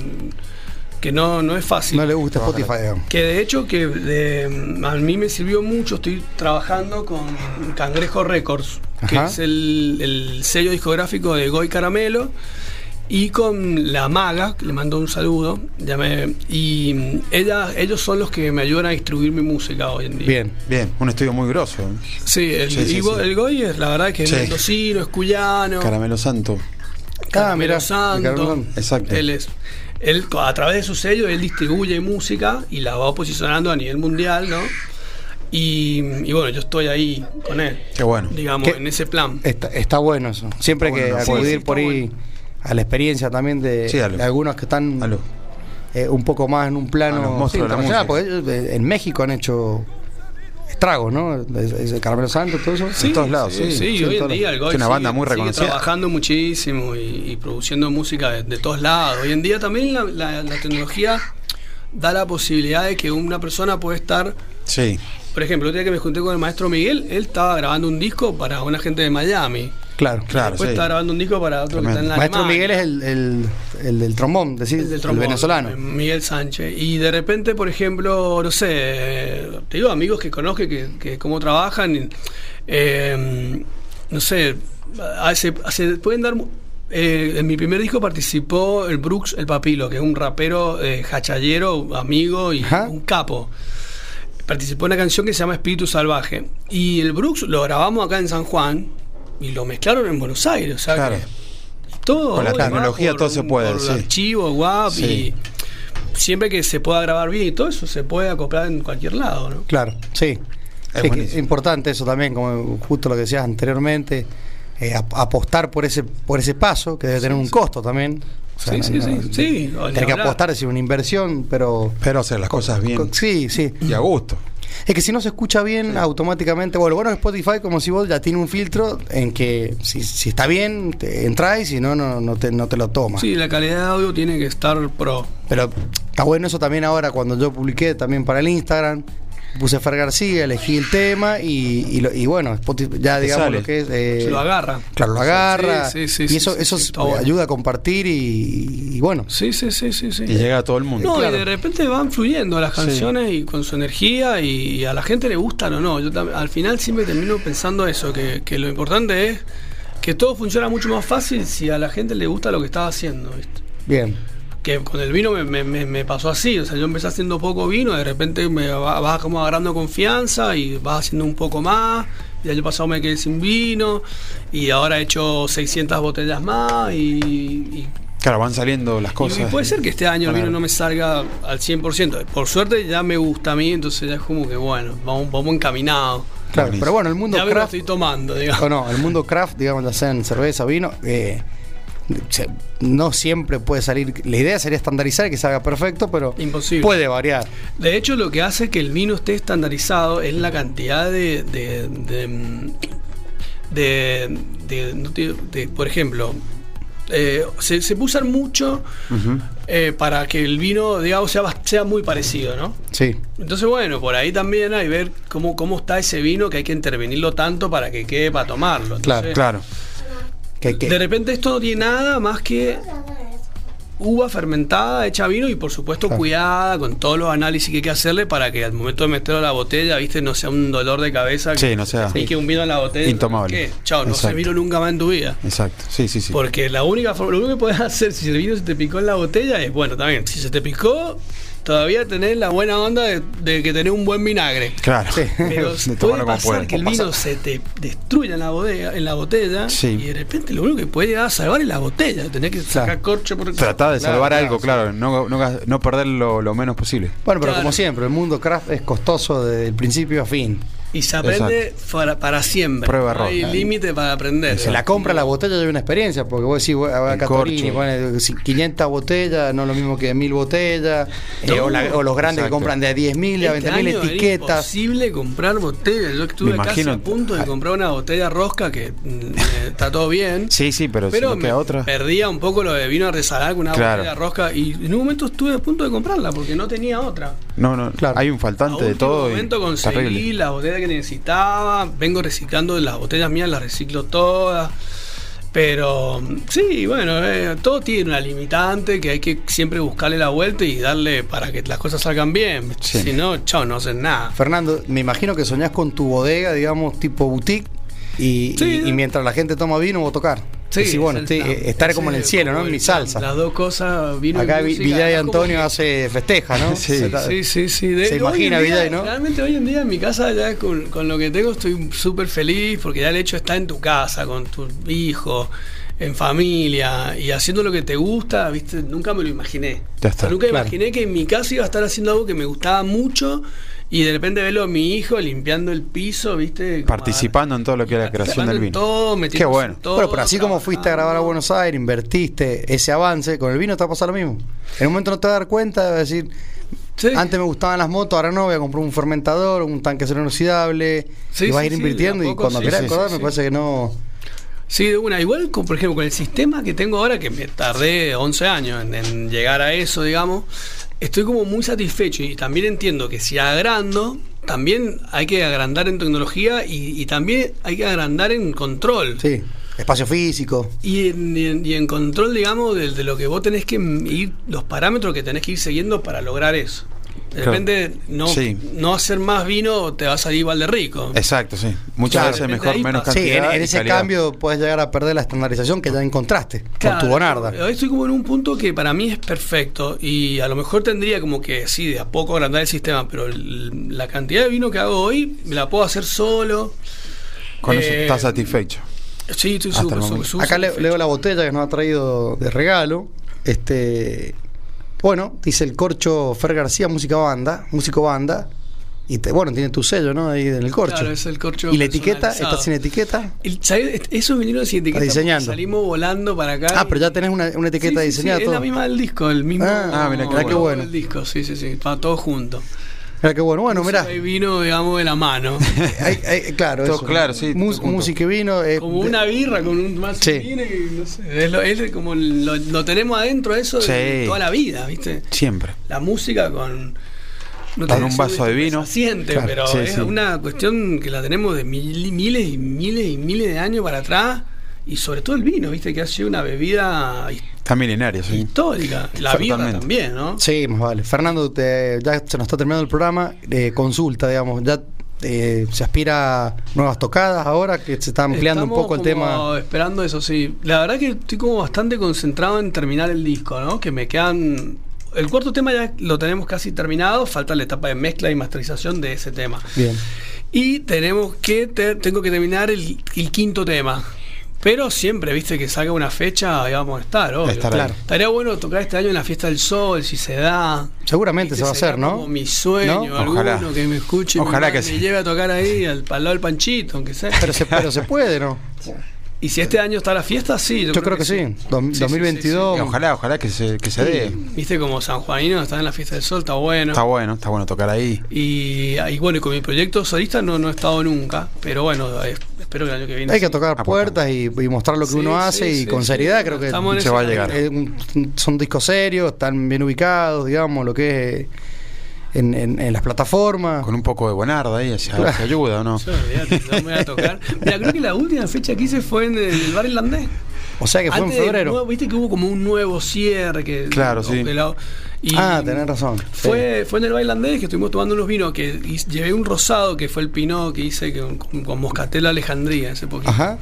Speaker 2: que no, no es fácil.
Speaker 1: no le gusta Spotify. digamos.
Speaker 2: Que de hecho que de- a mí me sirvió mucho, estoy trabajando con Cangrejo Records, que
Speaker 1: Ajá.
Speaker 2: es el, el sello discográfico de Goy Caramelo, y con La Maga, que le mando un saludo, ya me- y mm, ella, ellos son los que me ayudan a distribuir mi música hoy en día.
Speaker 1: Bien.
Speaker 3: Bien, un estudio muy grosso. ¿eh?
Speaker 2: Sí, el,
Speaker 3: Sí, sí,
Speaker 2: y Go-
Speaker 3: sí.
Speaker 2: el Goy es la verdad que es
Speaker 3: Sí.
Speaker 2: mendocino, es cuyano.
Speaker 3: Caramelo Santo.
Speaker 1: Ah, mira,
Speaker 2: Caramelo Santo.
Speaker 3: Exacto.
Speaker 2: Él es. Él, a través de su sello, él distribuye música y la va posicionando a nivel mundial, ¿no? Y, y bueno, yo estoy ahí con él,
Speaker 3: Qué bueno.
Speaker 2: digamos,
Speaker 1: ¿Qué?
Speaker 2: en ese plan.
Speaker 1: Está, está bueno eso. Siempre hay
Speaker 3: Está
Speaker 1: que
Speaker 3: bueno,
Speaker 2: está
Speaker 1: acudir
Speaker 2: bueno.
Speaker 1: por
Speaker 2: Sí,
Speaker 1: ahí
Speaker 2: sí, está
Speaker 1: a la experiencia también de,
Speaker 3: Sí, a lo-
Speaker 1: de algunos que están
Speaker 3: Aló.
Speaker 1: eh, un poco más en un
Speaker 3: A los
Speaker 1: plano
Speaker 3: monstruos
Speaker 1: sí,
Speaker 3: de la
Speaker 1: internacional,
Speaker 3: música.
Speaker 1: porque ellos, eh, en México han hecho estragos, ¿no? Es- es Caramelo Santo, todo eso.
Speaker 3: Sí. en todos lados, sí,
Speaker 2: sí,
Speaker 3: sí, en
Speaker 2: hoy en
Speaker 3: todos
Speaker 2: día
Speaker 3: lados.
Speaker 2: el Goy
Speaker 3: Es una
Speaker 2: sigue-
Speaker 3: banda muy
Speaker 2: sigue
Speaker 3: reconocida.
Speaker 2: trabajando muchísimo y, y produciendo música de, de todos lados. Hoy en día también la, la- la tecnología da la posibilidad de que una persona puede estar
Speaker 3: Sí.
Speaker 2: Por ejemplo, el día que me junté con el maestro Miguel, él estaba grabando un disco para una gente de Miami.
Speaker 1: Claro.
Speaker 3: Claro,
Speaker 2: Después
Speaker 3: sí.
Speaker 2: estaba grabando un disco para otro
Speaker 3: Tremendo.
Speaker 2: que está en
Speaker 1: Maestro
Speaker 2: Alemania.
Speaker 1: Miguel es el, el- el del trombón, decís,
Speaker 2: El
Speaker 1: el,
Speaker 2: del trombón, eh,
Speaker 1: venezolano.
Speaker 2: Miguel Sánchez. Y de repente, por ejemplo, no sé, eh, te digo, amigos que conozco, que, que cómo trabajan, eh, no sé, hace, hace- pueden dar... eh, en mi primer disco participó el Brooks El Papilo, que es un rapero eh, hachallero, amigo y
Speaker 1: Ajá.
Speaker 2: un capo. Participó en una canción que se llama Espíritu Salvaje. Y el Brooks lo grabamos acá en San Juan y lo mezclaron en Buenos Aires. O sea,
Speaker 3: Claro.
Speaker 2: que todo.
Speaker 3: Con la
Speaker 2: hoy va
Speaker 3: tecnología
Speaker 2: por
Speaker 3: todo se puede,
Speaker 2: por
Speaker 3: sí.
Speaker 2: Archivo, WAP
Speaker 3: Sí.
Speaker 2: y siempre que se pueda grabar bien y todo eso se puede acoplar en cualquier lado, ¿no?
Speaker 1: Claro, sí. Sí, que Es,
Speaker 3: buenísimo.
Speaker 1: importante eso también, como justo lo que decías anteriormente, eh, ap- apostar por ese por ese paso, que debe tener un costo también. O
Speaker 2: Sí, sí, sí, sí, ni
Speaker 1: Tener que
Speaker 2: hablar.
Speaker 1: apostar, es una inversión, pero...
Speaker 3: Pero hacer las cosas bien.
Speaker 1: co- Sí, sí.
Speaker 3: Y a gusto.
Speaker 1: Es que si no se escucha bien, automáticamente. Bueno, bueno, Spotify, como si vos ya tiene un filtro en que si, si está bien, te entras y si no, no, no, te, no te lo tomas.
Speaker 2: Sí, la calidad de audio tiene que estar pro.
Speaker 1: Pero está bueno eso también ahora, cuando yo publiqué también para el Instagram, puse Fer García, elegí el tema y, y, lo- y bueno, Spotify, ya digamos
Speaker 3: sale.
Speaker 1: lo que es. eh,
Speaker 2: Se lo agarra.
Speaker 1: Claro, lo agarra.
Speaker 2: Sí, sí, sí,
Speaker 1: y
Speaker 2: sí,
Speaker 1: eso,
Speaker 2: sí,
Speaker 1: eso
Speaker 2: sí,
Speaker 1: es-
Speaker 2: está bueno.
Speaker 1: ayuda a compartir y, y bueno.
Speaker 2: Sí, sí, sí, sí. sí.
Speaker 3: Y llega a todo el mundo.
Speaker 2: No,
Speaker 1: claro.
Speaker 2: y de repente van fluyendo las canciones y con su energía y a la gente le gustan o no. Yo tam- al final siempre termino pensando eso, que, que lo importante es que todo funciona mucho más fácil si a la gente le gusta lo que estás haciendo, ¿viste?
Speaker 1: Bien.
Speaker 2: Que con el vino me, me- me- me pasó así, o sea, yo empecé haciendo poco vino, de repente me va- vas como agarrando confianza y vas haciendo un poco más, y el año pasado me quedé sin vino, y ahora he hecho 600 botellas más, y, y-
Speaker 3: Claro, van saliendo las
Speaker 2: eh. y-
Speaker 3: cosas.
Speaker 2: y puede ser que este año el
Speaker 3: Claro.
Speaker 2: vino no me salga al 100%, por suerte ya me gusta a mí, entonces ya es como que bueno, vamos, vamos encaminados,
Speaker 1: Claro,
Speaker 3: Buenísimo.
Speaker 1: pero bueno, el mundo
Speaker 2: ya me lo
Speaker 1: craft.
Speaker 2: estoy tomando, digamos.
Speaker 1: o no, el mundo craft, digamos, ya sea en cerveza, vino, eh, se- no siempre puede salir. La idea sería estandarizar que salga perfecto, pero
Speaker 2: Imposible.
Speaker 1: puede variar.
Speaker 2: De hecho, lo que hace que el vino esté estandarizado es la cantidad de. de, de, de- de- no te- de- por ejemplo, eh, se, se puede usar mucho
Speaker 3: Ujú.
Speaker 2: eh, para que el vino, digamos, sea, bas- sea muy parecido, ¿no?
Speaker 1: Sí.
Speaker 2: Entonces, bueno, por ahí también hay ver cómo, cómo está ese vino que hay que intervenirlo tanto para que quede para tomarlo.
Speaker 1: Claro,
Speaker 2: Entonces,
Speaker 3: Claro.
Speaker 1: Que, que-
Speaker 2: De repente esto no tiene nada más que uva fermentada, hecha vino y por supuesto
Speaker 3: Ah.
Speaker 1: Claro.
Speaker 2: cuidada con todos los análisis que hay que hacerle para que al momento de meterlo a la botella, viste, no sea un dolor de cabeza.
Speaker 3: Sí,
Speaker 2: que-
Speaker 3: no sea-
Speaker 2: Y que un vino en la botella.
Speaker 3: Intomable.
Speaker 2: ¿Qué? Chao, no se
Speaker 3: Exacto.
Speaker 2: vino nunca más en tu vida.
Speaker 3: Exacto. Sí, sí, sí.
Speaker 2: Porque la única forma, lo único que puedes hacer si el vino se te picó en la botella es, bueno, también, si se te picó, todavía tenés la buena onda de, de que tenés un buen vinagre.
Speaker 3: Claro.
Speaker 1: Sí.
Speaker 2: Pero
Speaker 3: De
Speaker 2: puede
Speaker 3: tomarlo como
Speaker 2: pasar
Speaker 3: pueda.
Speaker 2: que el
Speaker 1: O
Speaker 2: vino se te destruya en la bodega, en la botella,
Speaker 3: Sí.
Speaker 2: y de repente lo único que puede llegar a salvar es la botella. Tenés que sacar
Speaker 1: Claro.
Speaker 2: corcho por
Speaker 3: Tratar de
Speaker 1: Claro,
Speaker 3: salvar
Speaker 1: claro,
Speaker 3: algo,
Speaker 1: sí.
Speaker 3: claro. No, no, no perder lo, lo menos posible.
Speaker 1: bueno, pero
Speaker 2: Claro.
Speaker 1: como siempre, el mundo craft es costoso desde el principio a fin.
Speaker 2: Y se aprende para, para siempre.
Speaker 3: Prueba,
Speaker 2: no
Speaker 3: error.
Speaker 2: hay límite para aprender.
Speaker 1: Se la compra la botella ya hay una experiencia, porque vos decís, bueno, a
Speaker 3: El
Speaker 1: Catorini,
Speaker 3: corcho.
Speaker 1: bueno, si 500 botellas, no es lo mismo que 1000 botellas, eh, o, la- o los grandes que
Speaker 3: Exacto.
Speaker 1: compran de a 10.000 a
Speaker 2: Este
Speaker 1: 20.000
Speaker 2: año era
Speaker 1: etiquetas.
Speaker 2: imposible comprar botellas. Yo estuve
Speaker 3: Me
Speaker 2: casi a
Speaker 3: imagino.
Speaker 2: punto de comprar una botella rosca que mm, eh, está todo bien.
Speaker 3: Sí, sí, pero,
Speaker 2: Pero
Speaker 3: si no
Speaker 2: me
Speaker 3: queda otra.
Speaker 2: perdía un poco lo de vino artesanal con una
Speaker 3: Claro.
Speaker 2: botella rosca y en un momento estuve a punto de comprarla porque no tenía otra.
Speaker 3: No, no,
Speaker 1: Claro.
Speaker 3: Hay un faltante
Speaker 2: a
Speaker 3: de
Speaker 2: último
Speaker 3: todo. y-
Speaker 2: momento conseguí
Speaker 3: terrible.
Speaker 2: la botella que necesitaba. Vengo reciclando las botellas mías, las reciclo todas. Pero mm, sí, bueno, eh, todo tiene una limitante que hay que siempre buscarle la vuelta y darle para que las cosas salgan bien.
Speaker 3: Sí.
Speaker 2: Si no, chao, no hacen nada.
Speaker 1: Fernando, me imagino que soñás con tu bodega, digamos, tipo boutique, y,
Speaker 2: Sí.
Speaker 1: y- y mientras la gente toma vino, vos tocar. Sí, bueno,
Speaker 2: es
Speaker 1: sí,
Speaker 2: el plan.
Speaker 1: eh, estar
Speaker 2: Ese
Speaker 1: como en el
Speaker 2: es
Speaker 1: cielo,
Speaker 2: como
Speaker 1: ¿no? En
Speaker 2: el
Speaker 1: mi
Speaker 2: plan.
Speaker 1: salsa.
Speaker 2: Las dos cosas, vino
Speaker 1: Acá Vi-
Speaker 2: música,
Speaker 1: Villay
Speaker 2: es como
Speaker 1: Antonio hace festeja, ¿no?
Speaker 3: Sí.
Speaker 1: Se ta-
Speaker 2: Sí, sí, sí. De-
Speaker 1: Se
Speaker 2: hoy
Speaker 1: imagina
Speaker 2: en día,
Speaker 1: Vidal, ¿no?
Speaker 2: Realmente hoy en día en mi casa ya con, con lo que tengo estoy súper feliz porque ya el hecho está en tu casa, con tu hijo, en familia y haciendo lo que te gusta, ¿viste? Nunca me lo imaginé.
Speaker 3: Ya está,
Speaker 2: Nunca
Speaker 1: claro.
Speaker 2: imaginé que en mi casa iba a estar haciendo algo que me gustaba mucho y de repente verlo a mi hijo limpiando el piso, ¿viste? Como
Speaker 3: Participando en todo lo que era la creación
Speaker 2: participando
Speaker 3: del
Speaker 2: en
Speaker 3: vino.
Speaker 2: Todo, metiéndose
Speaker 3: Qué bueno.
Speaker 2: en todo,
Speaker 1: Bueno, pero así como
Speaker 2: trabajando.
Speaker 1: fuiste a grabar a Buenos Aires, invertiste ese avance, con el vino te va a pasar lo mismo. En un momento no te vas a dar cuenta, vas a decir,
Speaker 2: Sí.
Speaker 1: antes me gustaban las motos, ahora no, voy a comprar un fermentador, un tanque cero inoxidable,
Speaker 2: Sí,
Speaker 1: y vas a
Speaker 2: sí,
Speaker 1: ir
Speaker 2: sí,
Speaker 1: invirtiendo
Speaker 2: de a
Speaker 1: y
Speaker 2: poco,
Speaker 1: cuando
Speaker 2: sí,
Speaker 1: quieras
Speaker 3: sí,
Speaker 1: acordar
Speaker 2: sí,
Speaker 1: me
Speaker 2: sí.
Speaker 1: parece que no...
Speaker 2: Sí, de una. Igual, con, por ejemplo, con el sistema que tengo ahora, que me tardé 11 años en, en llegar a eso, digamos, estoy como muy satisfecho y también entiendo que si agrando, también hay que agrandar en tecnología y, y también hay que agrandar en control.
Speaker 1: Sí, espacio físico.
Speaker 2: Y en, y en- y en control, digamos, de, de lo que vos tenés que ir, los parámetros que tenés que ir siguiendo para lograr eso. De
Speaker 3: Claro.
Speaker 2: repente, no,
Speaker 3: Sí.
Speaker 2: no hacer más vino te va a salir igual de rico.
Speaker 3: Exacto, sí. Muchas
Speaker 1: Claro.
Speaker 3: veces
Speaker 2: Depende
Speaker 3: mejor
Speaker 2: de ahí
Speaker 3: menos
Speaker 2: pasa.
Speaker 1: Sí,
Speaker 3: cantidad.
Speaker 1: en, en
Speaker 3: y
Speaker 1: ese
Speaker 3: calidad.
Speaker 1: cambio puedes llegar a perder la estandarización que ya encontraste
Speaker 2: Claro, eh,
Speaker 1: con tu bonarda.
Speaker 2: Hoy estoy como en un punto que para mí es perfecto y a lo mejor tendría como que, sí, de a poco agrandar el sistema, pero el- la cantidad de vino que hago hoy me la puedo hacer solo.
Speaker 3: Con eso
Speaker 2: Eh,
Speaker 3: estás satisfecho.
Speaker 2: Sí, estoy
Speaker 3: Hasta
Speaker 2: súper,
Speaker 3: el
Speaker 2: súper,
Speaker 3: momento.
Speaker 2: súper
Speaker 1: Acá le,
Speaker 2: satisfecho.
Speaker 1: leo la botella que nos ha traído de regalo. Este, bueno, dice el corcho Fer García, música banda, músico banda. Y te- bueno, tiene tu sello, ¿no? Ahí en el corcho.
Speaker 2: Claro, es el corcho
Speaker 1: y la etiqueta,
Speaker 2: personalizado.
Speaker 1: está sin etiqueta.
Speaker 2: El- ¿sabés? Esos vinieron sin etiqueta. porque
Speaker 1: diseñando.
Speaker 2: Salimos volando para acá.
Speaker 1: Ah, pero ya
Speaker 2: y-
Speaker 1: tenés una, una etiqueta
Speaker 2: Sí, sí, sí,
Speaker 1: diseñada.
Speaker 2: Es
Speaker 1: todo.
Speaker 2: la misma del disco, el mismo.
Speaker 1: Ah,
Speaker 3: ah, mirá, qué
Speaker 2: el
Speaker 3: bueno.
Speaker 2: logo del disco, sí, sí, sí. Está todo junto.
Speaker 1: Mirá qué bueno. Bueno, mirá.
Speaker 2: Ahí vino, digamos, de la mano.
Speaker 1: Hay- hay- claro,
Speaker 3: Todo
Speaker 1: eso.
Speaker 3: claro, sí,
Speaker 1: Mus-
Speaker 3: todo junto.
Speaker 1: música y vino. eh,
Speaker 2: Como una birra con un más
Speaker 1: Sí.
Speaker 2: y no sé. Es, lo, es como lo, lo tenemos adentro eso de
Speaker 3: Sí.
Speaker 2: toda la vida, ¿viste?
Speaker 3: Siempre.
Speaker 2: La música con, No
Speaker 3: Para
Speaker 2: te-
Speaker 3: un vaso de vino.
Speaker 2: Siente,
Speaker 1: Claro,
Speaker 2: pero
Speaker 3: sí,
Speaker 2: es
Speaker 3: sí.
Speaker 2: una cuestión que la tenemos de mil- miles y miles y miles de años para atrás. Y sobre todo el vino, viste, que ha sido una bebida his-
Speaker 3: Está milenario, sí.
Speaker 2: histórica. La birra
Speaker 3: Totalmente.
Speaker 2: también, ¿no?
Speaker 1: Sí, más vale. Fernando, te- ya se nos está terminando el programa. Eh, consulta, digamos, ya eh, se aspira a nuevas tocadas ahora que se está ampliando
Speaker 2: Estamos
Speaker 1: un poco el
Speaker 2: como
Speaker 1: tema.
Speaker 2: Esperando eso, sí. La verdad que estoy como bastante concentrado en terminar el disco, ¿no? Que me quedan. El cuarto tema ya lo tenemos casi terminado, falta la etapa de mezcla y masterización de ese tema.
Speaker 1: Bien.
Speaker 2: Y tenemos que te- tengo que terminar el, el quinto tema. Pero siempre, viste, que salga una fecha, ahí vamos a estar, obvio.
Speaker 3: Estará.
Speaker 1: Claro.
Speaker 2: Estaría bueno tocar este año en la Fiesta del Sol, si se da.
Speaker 1: Seguramente
Speaker 2: Viste,
Speaker 1: se va a
Speaker 2: sería
Speaker 1: hacer, ¿no?
Speaker 2: Como mi sueño,
Speaker 1: ¿No?
Speaker 3: Ojalá.
Speaker 2: alguno que me escuche y me
Speaker 3: Ojalá
Speaker 2: mande
Speaker 3: que
Speaker 2: y
Speaker 3: sí.
Speaker 2: lleve a tocar ahí al, al lado del panchito, aunque sea.
Speaker 1: Pero se, pero se puede, ¿no?
Speaker 2: Y si este año está la fiesta, sí.
Speaker 1: Yo, creo, que, sí. Dos- 2022.
Speaker 3: Ojalá, ojalá que se, que se dé.
Speaker 2: Viste como San Juanino está en la fiesta del sol, está bueno.
Speaker 3: Está bueno, está bueno tocar ahí.
Speaker 2: y, y bueno, y con mi proyecto solista no, no he estado nunca, pero bueno, eh, espero que el año que viene.
Speaker 1: Hay que
Speaker 2: sí.
Speaker 1: tocar
Speaker 3: Aportando.
Speaker 1: puertas y, y mostrar lo que
Speaker 2: Sí,
Speaker 1: uno
Speaker 2: sí,
Speaker 1: hace y
Speaker 2: sí,
Speaker 1: con
Speaker 2: sí.
Speaker 1: seriedad creo que
Speaker 2: Estamos en
Speaker 3: se va
Speaker 2: ese
Speaker 3: a llegar.
Speaker 2: camino.
Speaker 1: Eh, un- son discos serios, están bien ubicados, digamos, lo que es eh, en, en- en las plataformas.
Speaker 3: Con un poco de buenarda ahí, hacia, hacia ayuda, ¿o no?
Speaker 2: Yo, olvídate, no me voy a tocar. Mira, creo que la última fecha que hice fue en el bar irlandés.
Speaker 1: O sea que fue
Speaker 2: Antes
Speaker 1: en
Speaker 2: del
Speaker 1: febrero.
Speaker 2: nuevo- Viste que hubo como un nuevo cierre. Que,
Speaker 3: Claro,
Speaker 2: o-
Speaker 3: sí.
Speaker 2: que la- y-
Speaker 1: Ah, tenés razón.
Speaker 2: Fue, fue en el bailandés que estuvimos tomando unos vinos, que y llevé un rosado, que fue el pinot que hice con, con- con Moscatel Alejandría hace
Speaker 1: Sí.
Speaker 2: poquito.
Speaker 1: Ajá.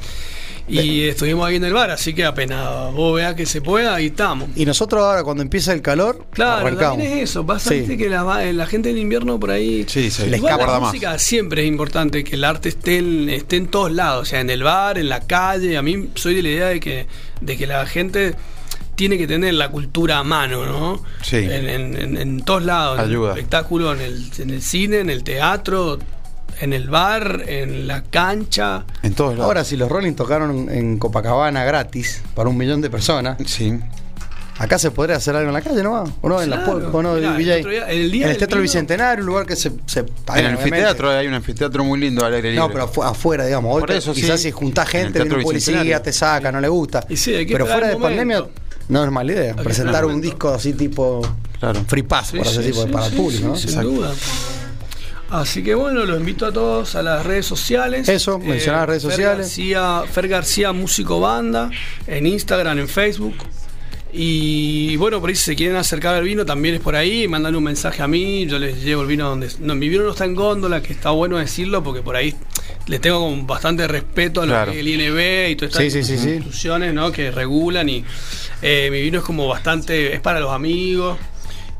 Speaker 2: Y estuvimos ahí en el bar, así que apenas vos veas que se pueda, ahí estamos.
Speaker 1: Y nosotros ahora cuando empieza el calor,
Speaker 2: Claro,
Speaker 1: arrancamos.
Speaker 2: también es eso. Pasa
Speaker 1: Sí.
Speaker 2: viste, que la, va- la gente en invierno por ahí.
Speaker 3: Sí, se
Speaker 1: Le
Speaker 2: Igual
Speaker 1: escapa.
Speaker 3: guarda
Speaker 2: la
Speaker 3: más.
Speaker 2: música siempre es importante que el arte esté en, esté en todos lados, o sea, en el bar, en la calle. A mí soy de la idea de que, de que la gente tiene que tener la cultura a mano, ¿no?
Speaker 3: Sí.
Speaker 2: En, en- en- en todos lados. En
Speaker 3: Ayuda.
Speaker 2: el espectáculo, en el, en el cine, en el teatro, en el bar, en la cancha.
Speaker 3: En todos lados.
Speaker 1: Ahora, si los Rolling tocaron en Copacabana gratis para un millón de personas,
Speaker 3: sí.
Speaker 1: acá se podría hacer algo en la calle, ¿no? ¿O no? En, la,
Speaker 2: Claro.
Speaker 1: po- o no,
Speaker 2: Mirá, el
Speaker 1: Villa-
Speaker 2: otro día- el día
Speaker 1: en el
Speaker 2: del
Speaker 1: Teatro
Speaker 2: vino-
Speaker 1: Bicentenario, un lugar que se. se
Speaker 3: En el
Speaker 1: obviamente-
Speaker 3: anfiteatro, hay un anfiteatro muy lindo al aire libre.
Speaker 1: No, pero afu- afuera, digamos. Hoy
Speaker 3: Por eso,
Speaker 1: quizás
Speaker 3: sí.
Speaker 1: si juntás
Speaker 3: En el
Speaker 1: gente, viene
Speaker 3: Teatro
Speaker 1: un policía,
Speaker 3: Bicentenario.
Speaker 1: te saca, no le gusta.
Speaker 2: Y sí, hay que
Speaker 1: pero
Speaker 2: esperar
Speaker 1: fuera de
Speaker 2: el momento.
Speaker 1: pandemia, no es mala idea.
Speaker 2: que
Speaker 1: Presentar
Speaker 2: esperar el
Speaker 1: un
Speaker 2: momento.
Speaker 1: disco así tipo
Speaker 3: Claro.
Speaker 1: free pass, por así decir, para el público, ¿no?
Speaker 2: sí,
Speaker 1: Exacto.
Speaker 2: sin duda. Así que bueno, los invito a todos a las redes sociales. Eh,
Speaker 1: Eso, mencionar las redes
Speaker 2: Fer
Speaker 1: sociales.
Speaker 2: García, Fer García Músico Banda, en Instagram, en Facebook. Y bueno, por ahí si se quieren acercar al vino, también es por ahí, mandan un mensaje a mí, yo les llevo el vino donde... No, mi vino no está en góndola, que está bueno decirlo, porque por ahí le tengo como bastante respeto a lo
Speaker 3: Claro.
Speaker 2: que es el INB y todas
Speaker 1: Sí,
Speaker 2: estas
Speaker 1: sí, sí, sí.
Speaker 2: instituciones ¿no? que regulan y eh, mi vino es como bastante, es para los amigos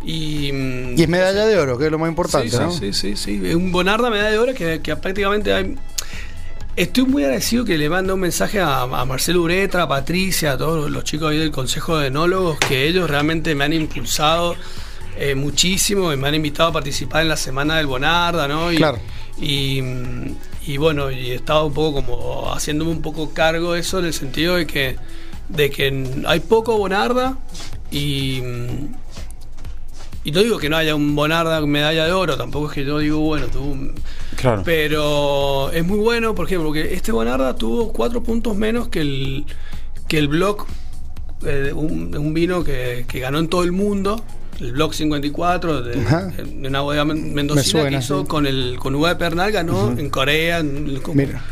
Speaker 2: y... mm,
Speaker 1: Y es medalla de oro, que es lo más importante,
Speaker 2: sí,
Speaker 1: ¿no?
Speaker 2: Sí, sí, sí, sí. Es Un Bonarda me da de oro que, que prácticamente hay. Estoy muy agradecido que le mando un mensaje a, a Marcelo Uretra, a Patricia, a todos los chicos ahí del Consejo de Enólogos, que ellos realmente me han impulsado eh, muchísimo y me han invitado a participar en la semana del Bonarda, ¿no? Y,
Speaker 1: Claro.
Speaker 2: Y, mm, y bueno, y he estado un poco como haciéndome un poco cargo de eso en el sentido de que, de que hay poco Bonarda y. mm, y no digo que no haya un Bonarda medalla de oro, tampoco es que yo digo, bueno, tuvo un-
Speaker 3: Claro.
Speaker 2: Pero es muy bueno, ¿por qué? Porque este Bonarda tuvo cuatro puntos menos que el, que el Block, eh, un, un vino que, que ganó en todo el mundo, el Block 54, de,
Speaker 1: Ajá.
Speaker 2: de una bodega men- mendocina
Speaker 1: suena,
Speaker 2: que hizo
Speaker 1: sí.
Speaker 2: con, el, con uva de Pernal, ganó en Corea. En el con-
Speaker 1: Mira.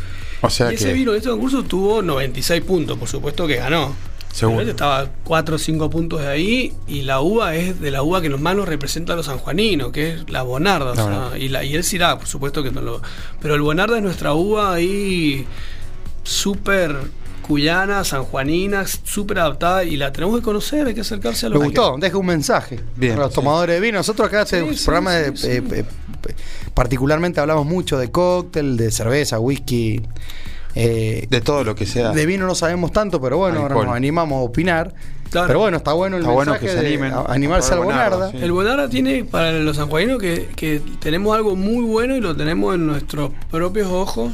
Speaker 3: O sea
Speaker 2: y ese
Speaker 3: que.
Speaker 2: vino en este concurso tuvo 96 puntos, por supuesto que ganó.
Speaker 3: Seguro.
Speaker 2: Pero él Estaba 4 o 5 puntos de ahí y la uva es de la uva que nos- más nos representa a los sanjuaninos, que es la Bonarda. o
Speaker 3: La
Speaker 2: sea,
Speaker 3: Bonarda.
Speaker 2: y, la, y el Sirá, por supuesto que no lo... Pero el Bonarda es nuestra uva ahí súper cuyana, sanjuanina, súper adaptada y la tenemos que conocer, hay que acercarse a
Speaker 1: Me
Speaker 2: los...
Speaker 1: gustó, deja un mensaje
Speaker 3: Bien,
Speaker 1: para los
Speaker 3: sí.
Speaker 1: tomadores de vino. Nosotros acá este
Speaker 2: Sí, sí,
Speaker 1: programa
Speaker 2: sí,
Speaker 1: de-
Speaker 2: sí.
Speaker 1: eh, eh, eh, particularmente hablamos mucho de cóctel, de cerveza, whisky, eh,
Speaker 3: De todo lo que sea.
Speaker 1: de vino no sabemos tanto, pero bueno, ahora
Speaker 3: Alcohol.
Speaker 1: nos animamos a opinar.
Speaker 2: Claro.
Speaker 1: Pero bueno, está bueno el
Speaker 3: Está bueno
Speaker 1: mensaje
Speaker 3: que se
Speaker 1: de
Speaker 3: animen
Speaker 1: a- animarse
Speaker 3: a
Speaker 1: al
Speaker 3: probar Bonarda,
Speaker 1: Bonarda.
Speaker 3: sí.
Speaker 2: El Bonara tiene para los sanjuaninos que, que tenemos algo muy bueno y lo tenemos en nuestros propios ojos.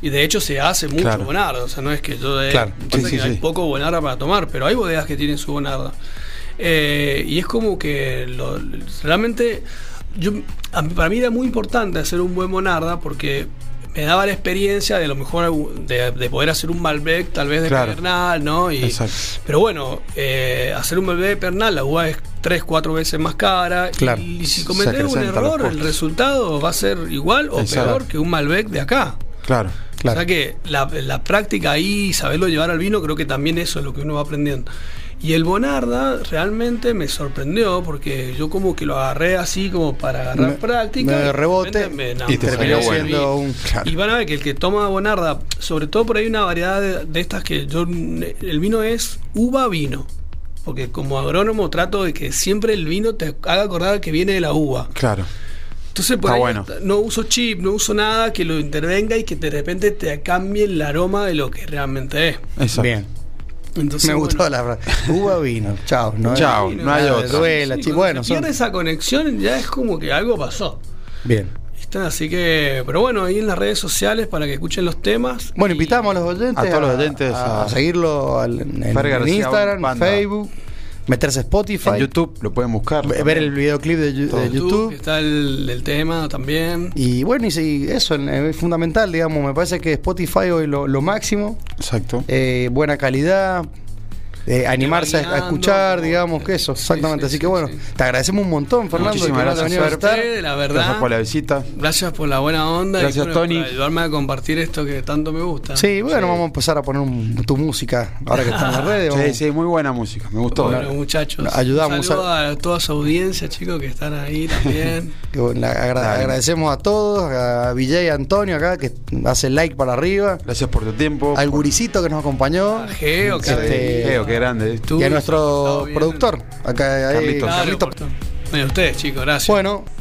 Speaker 2: Y de hecho se hace mucho
Speaker 3: Claro.
Speaker 2: Bonarda. O sea, no es que yo de,
Speaker 3: Claro,
Speaker 2: pasa
Speaker 3: sí, sí,
Speaker 2: que hay
Speaker 3: sí.
Speaker 2: poco Bonarda para tomar, pero hay bodegas que tienen su Bonarda. Eh, y es como que lo- realmente yo, a mí- para mí era muy importante hacer un buen Bonarda porque me daba la experiencia de lo mejor de, de poder hacer un Malbec tal vez de
Speaker 3: Claro.
Speaker 2: Pedernal, ¿no? Y,
Speaker 3: Exacto.
Speaker 2: pero bueno, eh, hacer un bebé de pernal, la uva es tres, cuatro veces más cara.
Speaker 1: Claro.
Speaker 2: Y, si
Speaker 3: Se
Speaker 2: cometés un
Speaker 3: acrecentan los
Speaker 2: error, el
Speaker 3: costos.
Speaker 2: resultado va a ser igual o
Speaker 3: Exacto.
Speaker 2: peor que un Malbec de acá.
Speaker 3: Claro.
Speaker 1: Claro.
Speaker 2: O sea que la, la práctica ahí, saberlo llevar al vino, creo que también eso es lo que uno va aprendiendo. Y el Bonarda realmente me sorprendió porque yo como que lo agarré así como para agarrar
Speaker 1: Me-
Speaker 2: práctica.
Speaker 1: me
Speaker 2: y de
Speaker 1: rebote
Speaker 2: repente me
Speaker 3: y te
Speaker 2: enamoré.
Speaker 3: salió bueno.
Speaker 1: siendo un- claro.
Speaker 2: Y van a ver que el que toma Bonarda, sobre todo por ahí una variedad de, de estas que yo... El vino es uva vino. Porque como agrónomo trato de que siempre el vino te haga acordar que viene de la uva.
Speaker 3: Claro.
Speaker 2: Entonces, por
Speaker 3: Está
Speaker 2: ahí
Speaker 3: bueno.
Speaker 2: no uso chip, no uso nada que lo intervenga y que de repente te cambie el aroma de lo que realmente es.
Speaker 3: Exacto.
Speaker 1: Bien.
Speaker 2: Entonces,
Speaker 1: Me
Speaker 2: bueno,
Speaker 1: gustó la frase. Uva vino. Chao. No
Speaker 3: Chao, no
Speaker 1: nada
Speaker 3: hay
Speaker 1: de
Speaker 3: otra.
Speaker 1: duela,
Speaker 2: sí,
Speaker 1: chi-
Speaker 2: cuando
Speaker 1: Bueno,
Speaker 2: se
Speaker 1: son-
Speaker 2: pierde esa conexión, ya es como que algo pasó.
Speaker 1: Bien.
Speaker 2: ¿viste? Así que, pero bueno, ahí en las redes sociales para que escuchen los temas.
Speaker 1: Bueno,
Speaker 2: Y-
Speaker 1: invitamos a los oyentes
Speaker 3: a todos los oyentes
Speaker 1: a,
Speaker 3: a-
Speaker 1: seguirlo al- en, en
Speaker 3: Fer García
Speaker 1: Instagram,
Speaker 3: Banda.
Speaker 1: Facebook, meterse a Spotify,
Speaker 3: En YouTube lo pueden buscar.
Speaker 1: ve- ver el videoclip de, Yu-
Speaker 3: Todo.
Speaker 1: de
Speaker 2: que
Speaker 1: YouTube.
Speaker 2: Está el, el tema también.
Speaker 1: Y bueno, y sí, eso en- es fundamental, digamos. Me parece que Spotify hoy lo, lo máximo.
Speaker 3: Exacto.
Speaker 1: eh, buena calidad, eh, animarse a- a
Speaker 2: bailando,
Speaker 1: escuchar,
Speaker 2: como-
Speaker 1: digamos que eso,
Speaker 2: Sí,
Speaker 1: exactamente.
Speaker 2: sí,
Speaker 1: Así
Speaker 2: sí,
Speaker 1: que bueno,
Speaker 2: sí.
Speaker 1: te agradecemos un montón, Fernando,
Speaker 3: Muchísimas
Speaker 1: que hayas
Speaker 3: gracias,
Speaker 1: venido a
Speaker 3: Fer.
Speaker 1: visitar.
Speaker 2: Ustedes, la
Speaker 3: Gracias
Speaker 2: verdad.
Speaker 3: por la visita.
Speaker 2: Gracias por la buena onda. y
Speaker 3: Gracias,
Speaker 2: bueno, por
Speaker 3: Tony.
Speaker 2: ayudarme a compartir esto que tanto me gusta.
Speaker 1: Sí, bueno, vamos a empezar a poner un- tu música ahora que está en las redes.
Speaker 3: Sí,
Speaker 1: vamos-
Speaker 3: sí, muy buena música. Me gustó.
Speaker 2: Bueno, muchachos.
Speaker 1: ayudamos
Speaker 2: un saludo a... toda su audiencia, chicos, que están ahí también.
Speaker 1: que, bueno, la- agra-
Speaker 3: Dale.
Speaker 1: agradecemos a todos, a Villay y Antonio acá que hace like para arriba,
Speaker 3: Gracias por tu tiempo.
Speaker 1: al guricito que nos acompañó
Speaker 2: A Geo, que
Speaker 1: Este,
Speaker 3: Geo, qué grande.
Speaker 2: tú,
Speaker 1: y a
Speaker 2: Ah, todo
Speaker 1: nuestro
Speaker 2: bien.
Speaker 1: productor, acá ahí,
Speaker 3: Carlitos.
Speaker 2: Claro,
Speaker 1: Carlitos.
Speaker 2: por todo. Bueno, ustedes, chicos, gracias.
Speaker 1: Bueno,